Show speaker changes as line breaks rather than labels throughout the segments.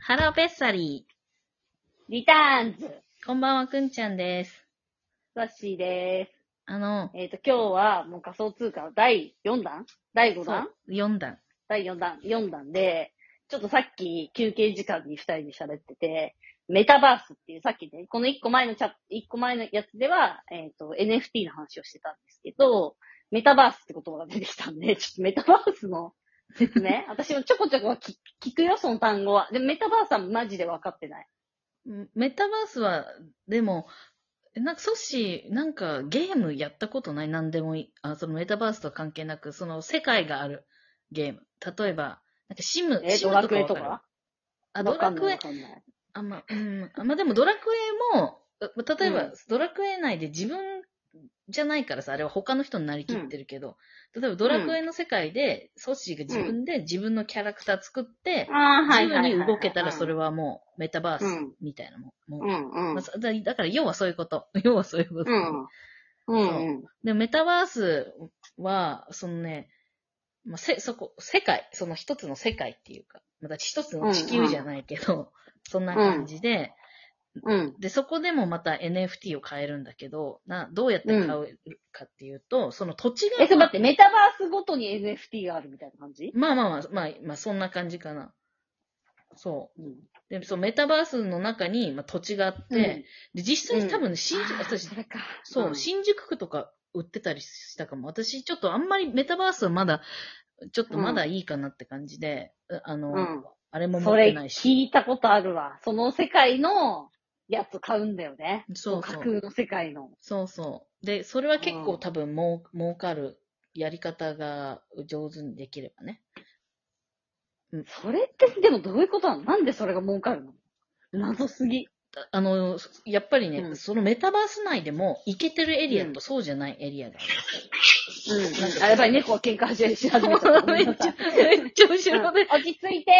ハローペッサリ
リターンズ、
ー。こんばんは、くんちゃんです。
ワッシーで
あの
す。、えっ、と、今日はもう仮想通貨第4弾第5弾
そう読んだ。
第4弾、4弾で、ちょっとさっき休憩時間に2人で喋ってて、メタバースっていう、さっきね、この1個前のチャ一個前のやつでは、えっ、と、NFT の話をしてたんですけど、メタバースって言葉が出てきたんで、ちょっとメタバースの 説明私もちょこちょこは聞聞くよ、その単語は。でもメタバースはマジで分かってない。
メタバースは、でも、なんか、ソッシー、なんか、ゲームやったことない何でもいい。あ、そのメタバースとは関係なく、その世界があるゲーム。例えば、なんかシム、
え
シ
ド
ム
ラクエと
わる
か
あ、ドラクエ
わ、かんないわかんない
あ、まあ、うん。あまあ、でもドラクエも、う例えば、
うん
ドラクエ内で自分じゃないからさ、あれは他の人になりきってるけど、例えばドラクエの世界で、ソッシーが自分で自分のキャラクター作って、
ああ、は
自
い、
由
はい。
に動けたらそれ
は
はもうメタバー
う
ス
ん
みたいなもん。も
い。う、
うん
うん。
まあそだだから、要はそういうこと。 要はそういうこと。
うん。うん。
で、メタバースは、そのね、まあ、せ、そこ、世界、その一つの世界っていうか、また一つの地球じゃないけど、そんな感じで、
うん。
で、そこでもまた NFT を買えるんだけど、な、どうやって買うかっていうと、その土地が、
え、それ待って、メタバースごとに NFT があるみたいな感じ
まあまあまあ、まあ、まあ、そんな感じかな。そ
うん。
う。で、そう、メタバースの中に、まあ、土地があって、で、実際に多分、ね、新宿、私
そ、れか。
そう、
ん
新宿区とか売ってたりしたかも。私、ちょっとあんまりメタバースはまだ、ちょっとまだいいかなって感じで、うあの、
うん
あれも持
そ
っ
れ
てないし。
聞いたことあるわ。その世界のやつ買うんだよね。
そう
架
そう
空の世界の。
そうそう。で、それは結
う
構
ん
多分もう、儲かるやり方が上手にできればね。
それって、でもどういうことなのなんでそれが儲かるの謎すぎ。
ああの、そやっぱりね、
うん
そのメタバース内でも、行けてるエリアとそうじゃないエリアが
うん。あ、やばい、猫が喧嘩始めし
あ
始 めちゃ
る、
った。
めっちゃ、めっちゃ後ろ
うん
で、
落ち着いて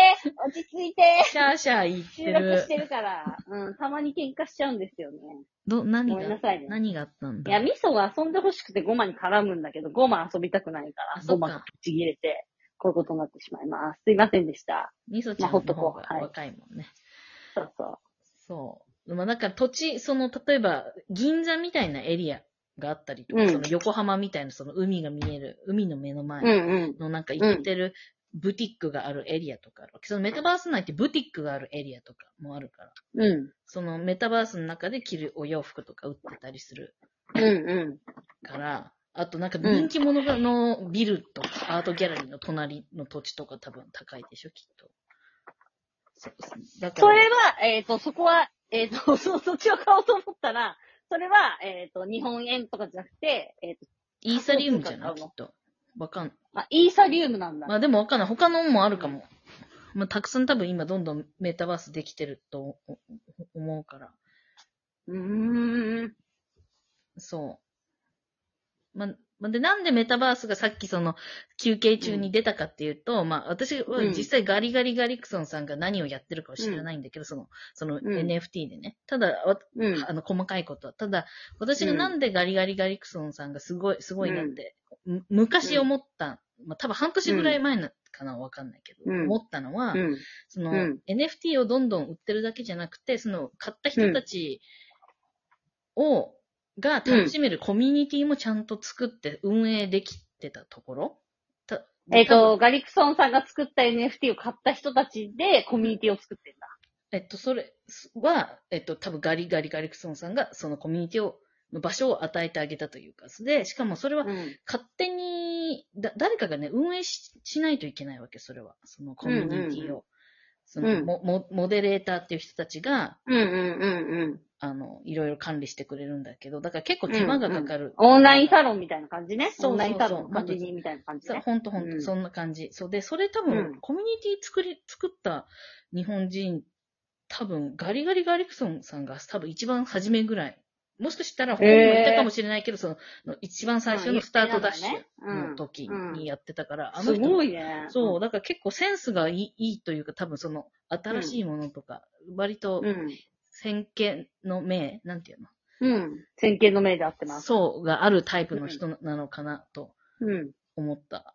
落ち着いて
シャーシャー言って
収録
る
し。てるから、うん、たまに喧嘩しちゃうんですよね。
ど、何
ごめん
が
なさいね、
何があったん
い
だ
や、ミソが遊んでほしくてゴマに絡むんだけど、ゴマ遊びたくないか
あ
ら、
そ
ゴ
っか
マがちぎれて、こういうことになってしまいます。すいませんでした。
みそちゃんの方が若いもんね。
そうそう。
そう。まあ、だから土地、その、例えば、銀座みたいなエリアがあったりとか、
うん
その横浜みたいな、その海が見える、海の目の前
うんうん。
のなんか行ってるブティックがあるエリアとかあるわけ。そのメタバース内ってブティックがあるエリアとかもあるから、
うん。
そのメタバースの中で着るお洋服とか売ってたりする
うんう
から、あとなんか人気者のビルとかアートギャラリーの隣の土地とか多分高いでしょ、きっと。そうそうだ
ん。
か
そ
ら
れは、えっ、と、そこは、えっ、と、 その土地を買おうと思ったら、それは、えっ、と、日本円とかじゃなくて、えっ、と、
イーサリウムじゃない
仮
きっ
想
と。わかん、
あ、イーサリウムなんだ。
まあでもわかんない。他のもあるかも。まあたくさん多分今どんどんメタバースできてるとおお思うから。
うーん。
そう。まあ、まあで、なんでメタバースがさっきその休憩中に出たかっていうと、まあ私は実際ガリガリガリクソンさんが何をやってるかは知らないんだけど、その、その
ん
NFT でね。ただ、わ
うん。
あの、細かいことは。ただ、私がなんでガリガリガリクソンさんがすごい、すごいなって、む昔思った、まあ、多分半年ぐらい前な、かなわかんないけど、
うん
思ったのは、
うん。
その、
うん
NFT をどんどん売ってるだけじゃなくて、その、買った人たちを、が楽しめるコミュニティもちゃんと作って運営できてたところた
えっ、と、ガリクソンさんが作った NFT を買った人たちでコミュニティを作ってんだ。
えっと、それは、えっと、多分ガリガリガリクソンさんがそのコミュニティを、の場所を与えてあげたというか、で、しかもそれは
うん。
勝手に、だ、誰かがね、運営ししないといけないわけ、それは。そのコミュニティを。
うんうん
その、
うん
ももモデレーターっていう人たちが、
うんうんうんうん。
あの、いろいろ管理してくれるんだけど、だから結構手間がかかる。
オンラインサロンみたいな感じね。
そうそうそう
オンラインサロンの管理人みたいな感じ
そう
ね。
ほんとほん
う
と、
ん
そんな感じ。そうで、それ多分、
うん
コミュニティ作り、作った日本人、多分、ガリガリガリクソンさんが多分一番初めぐらい。もしかしたら本人も言ったかもしれないけど、その、の一番最初のスタートダッシュの時にやってたから、あ
す
の人
ごいね。
そう、だから結構センスがいいいいというか、多分その、新しいものとか、割と
う、ん。
先見の明、なんていうの
うん。先見の明で合ってます。
そうがあるタイプの人なのかなと
うん。
思った。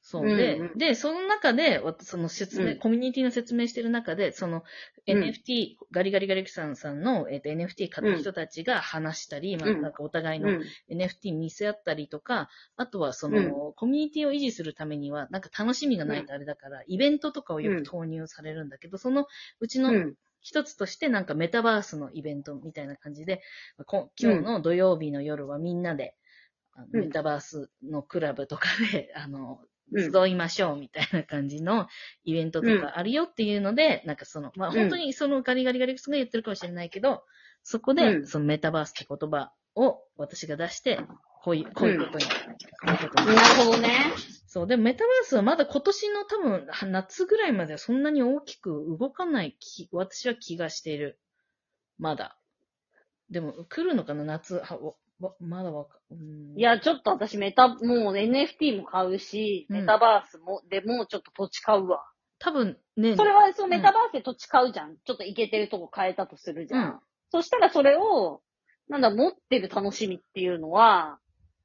そう
うんうん
で、で、その中で、わその説明、
うん
コミュニティの説明してる中で、その
うん
NFT、ガリガリガリクさんさんの、えっと NFT 買った人たちが話したり、まあ、
うん
なんかお互いの
うん。
NFT 見せ合ったりとか、あとはその、
う
コミュニティを維持するためには、なんか楽しみがないとあれだから、イベントとかをよ
う
く
ん
投入されるんだけど、そのうち
う
の
ん。
一つとしてなんかメタバースのイベントみたいな感じで、こ今日の土曜日の夜はみんなで、あの
うん
メタバースのクラブとかで、 あの、
うん
集いましょうみたいな感じのイベントと
うん
かあるよっていうので、なんかその、まあ
うん
本当にそのガリガリガリクスが言ってるかもしれないけど、そこ
う
で
ん
そのメタバースって言葉を私が出して、こういう、こういうことに、こういうことに
なるほどね。
そう、でもメタバースはまだ今年の多分は夏ぐらいまではそんなに大きく動かない気、私は気がしている。まだ。でも来るのかな夏は、わわまだわか、うん
い、や、ちょっと私メタ、もう NFT も買うし、
うん
メタバースも、でもうちょっと土地買うわ。
多分ね、
それは、そう、
ん
メタバースで土地買うじゃん。ちょっと行けてるとこ変えたとするじ
う
ゃん。
ん。
そしたらそれを、なんだ、持ってる楽しみっていうのは、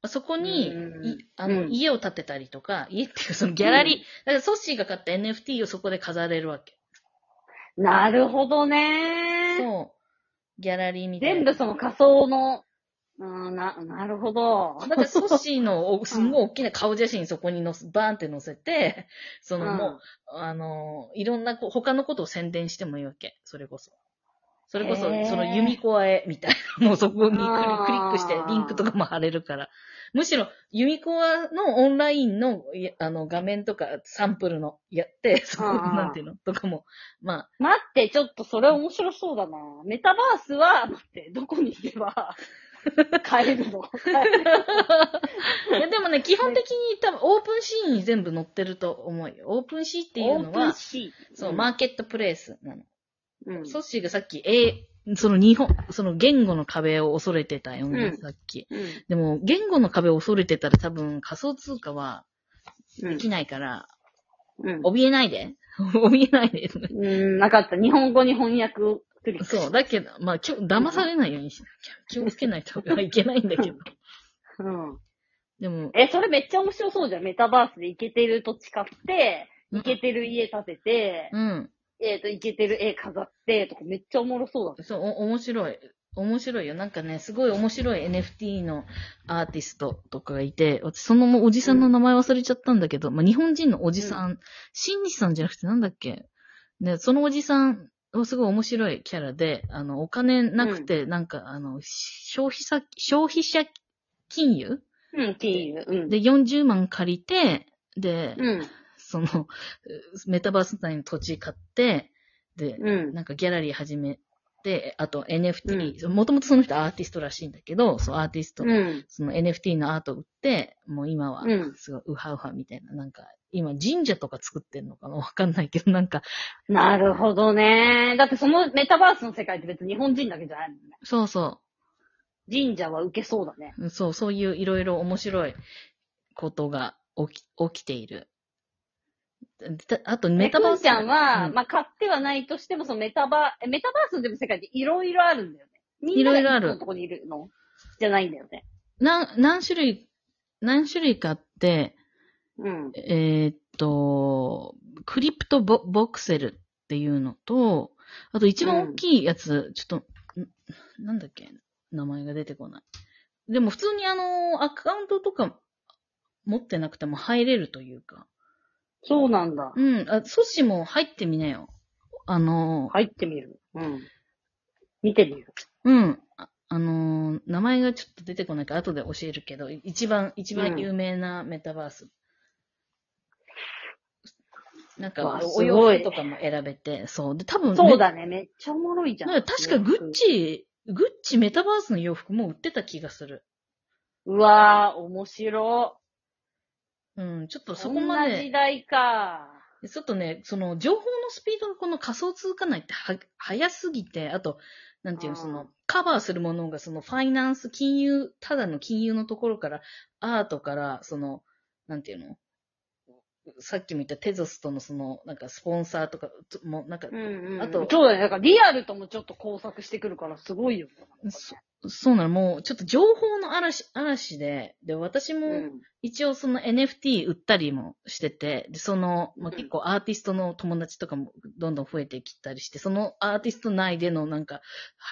そこに、
うん
いあの、
うん
家を建てたりとか、家っていうかそのギャラリー、だからソッシーが買った NFT をそこで飾れるわけ。
なるほどね。
そう。ギャラリーみたいな。
全部その仮想の、うん、な、なるほど。
だからソッシーのおすんごい大きな顔写真そこにのす、バーンって載せて、そのもう、あの、いろんなこう、他のことを宣伝してもいいわけ。それこそ。それこそ、
へー
その弓子あえみたいな、もうそこにクリ
あー
クリックして、リンクとかも貼れるから。むしろ、弓子あのオンラインの、いやあの、画面とか、サンプルの、やって、そこ、
あー
なんていうのとかも、まあ、
待って、ちょっとそれ面白そうだな。メタバースは、待って、どこに行け ば、買えるの買える
いやでもね、基本的に多分、オープンシーンに全部載ってると思うよ。オープンシーっていうの
オープン
は、
シー。
そう、マーケットプレイスなの。
うん、
ソッシーがさっき、えー、その日本、その言語の壁を恐れてたよね、
うん
さっき。
うん。
でも、言語の壁を恐れてたら多分仮想通貨は
うん
できないから、
うん。
怯えないで。 怯えない で。
うん、なかった。日本語に翻訳をクリック
そう。だけど、まあ、きょ騙されないようにしなきゃ、気をつけないといけないんだけど。
うん。
でも、
え、それめっちゃ面白そうじゃん。メタバースで行けてる土地買って、行けてる家建てて、
うん。
えっ、と、行けてる絵飾って、とかめっちゃおもろそうだね。
そう、お面白い。面白いよ。なんかね、すごい面白い NFT のアーティストとかがいて、私そのおじさんの名前忘れちゃったんだけど、まあ、日本人のおじさん、新西さんじゃなくてなんだっけね、そのおじさんはすごい面白いキャラで、あの、お金なくて、なんか、あの、消費者、消費者金融
うん、っていう。うん。
で、40万借りて、で、
うん。
その、メタバース内の土地買って、で、
うん。
なんかギャラリー始めて、あと NFT、もともとその人アーティストらしいんだけど、そうアーティスト、
うん。
その NFT のアート売って、もう今は
うん、
すごいウハウハみたいな、なんか、今神社とか作ってんのかなわかんないけど、なんか、
なるほどね。だってそのメタバースの世界って別に日本人だけじゃないもんね。
そうそ
神社は受けそうだね。
ううん、そう、そういういろいろ面白いことが起き起きている。であと、メ
メ
タ
タ
バ
バ
ー
ー
ス。
スちゃんは、
うん
まあ、買ってはないとしても、そのメタバー、メタバースのでも世界っていろいろあるんだよね。みんなが
いろいろある
一個のとこにいるのじゃないんだよね。
なん何種類、何種類かあって、
うん。
えーっと、クリプトボボクセルっていうのと、あと一番大きいやつ、ちょっと、んなんだっけ、名前が出てこない。でも普通にあの、アカウントとか持ってなくても入れるというか。
そうなんだ。
うん、あ、ソシも入ってみなよ。あの、
入ってみる。うん。見てみる。
うん。ああのー名前がちょっと出てこないから後で教えるけど、い一番、一番有名なメタバース。なんか
わ、あ
お
す
洋
ごい
服とかも選べて、そう。で、多分、
そうだね。めっちゃおもろいじ
め。
ゃん。
だから確かグッチ、グッチメタバースの洋服も売ってた気がする。
うわぁ、面白。
うん、ちょっとそ
そ
こ
ん
ま
な時
で、
代か。
ちょっとね、その情報のスピードがこの仮想通貨内っては、早すぎて、あと、なんていうの、
あー
その、カバーするものが、その、ファイナンス、金融、ただの金融のところから、アートから、その、なんていうのさっきも言ったテゾスとのその、なんかスポンサーとか、つもうなんか、
うんうん、
あと
そうだね。だからリアルともちょっと交錯してくるからすごいよね。
そそうなの、もうちょっと情報の嵐、嵐で、で、私
う
も
ん。
一応その NFT 売ったりもしてて、で、その、まあ、
うん
結構アーティストの友達とかもどんどん増えてきたりして、そのアーティスト内でのなんか、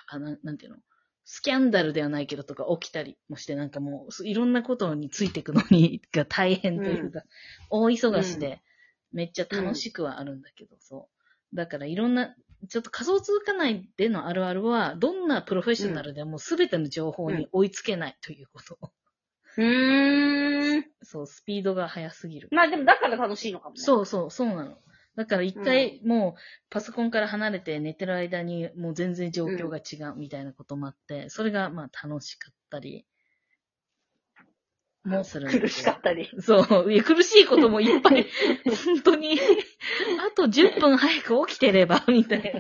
あなんなんていうのスキャンダルではないけどとか起きたりもして、なんかもう、すいろんなことについていくのに、が大変というか、大忙しで、めっちゃ楽しくはあるんだけど、そう。だからいろんな、ちょっと仮想通貨内でのあるあるは、どんなプロフェッショナルでも全ての情報に追いつけないということ。
うーん。
そう、スピードが速すぎる。
まあでもだから楽しいのかもね。う。
そうそう、そうなの。だから一回もうパソコンから離れて寝てる間にもう全然状況が違うみたいなこともあって、それがまあ楽しかったりもするんだけど
苦しかったり。
そう、いや苦しいこともいっぱ い、本当に、あと10分早く起きてれば、みたいな。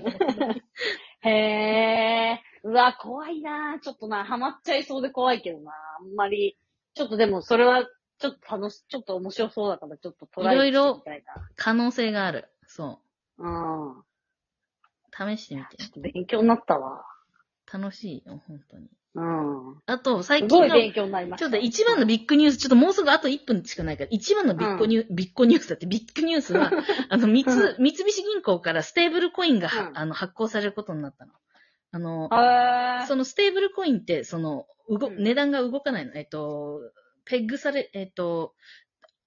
へえ。うわ、怖いなちょっとな、ハマっちゃいそうで怖いけどなあんまり。ちょっとでもそれは、ちょっと楽し、ちょっと面白そうだから、ちょっとトライしてみたい
可能性がある。そ
な。うん。
う。試してみて。
ちょっと勉強になったわ。
楽しいよ、本当に。
うん。
あと、最
す
近
ごい
の
勉強になりまし
ちょ
た。
っと一番のビッグニュース、ちょっともうすぐあと1分しかないから、一番のビッグニュース、ビッグニュースだって、ビッグニュース は、あの、三つ、三菱銀行からステーブルコインがは、
うん
あの、発行されることになったの。あの、
へー
そのステーブルコインって、その、うご、
うん
値段が動かないの。えっと、ペッグされ、えっと、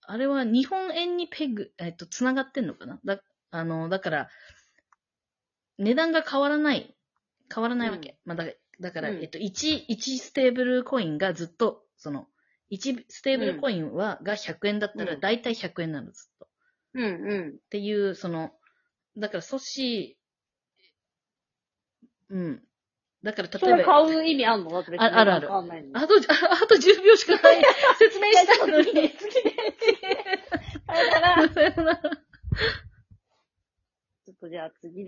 あれは日本円にペグ、えっと、つながってんのかなだ、あの、だから、値段が変わらない。変わらないわけ。まあ、だだから、
うん
えっと、1、1ステーブルコインがずっと、その、1ステーブルコインは、が100円だったら、
うん
だいたい100円なの、ずっと。
うんう
っていう、その、だから、ソシー、うん。だから、
ん。そ
例え
れ
ば、
買う意味あんのだって別に
ああるある
変わんないのに
あと、ああと10秒しかない。説明 したいの に。
次で、次 で。だから、ちょっとじゃあ次で。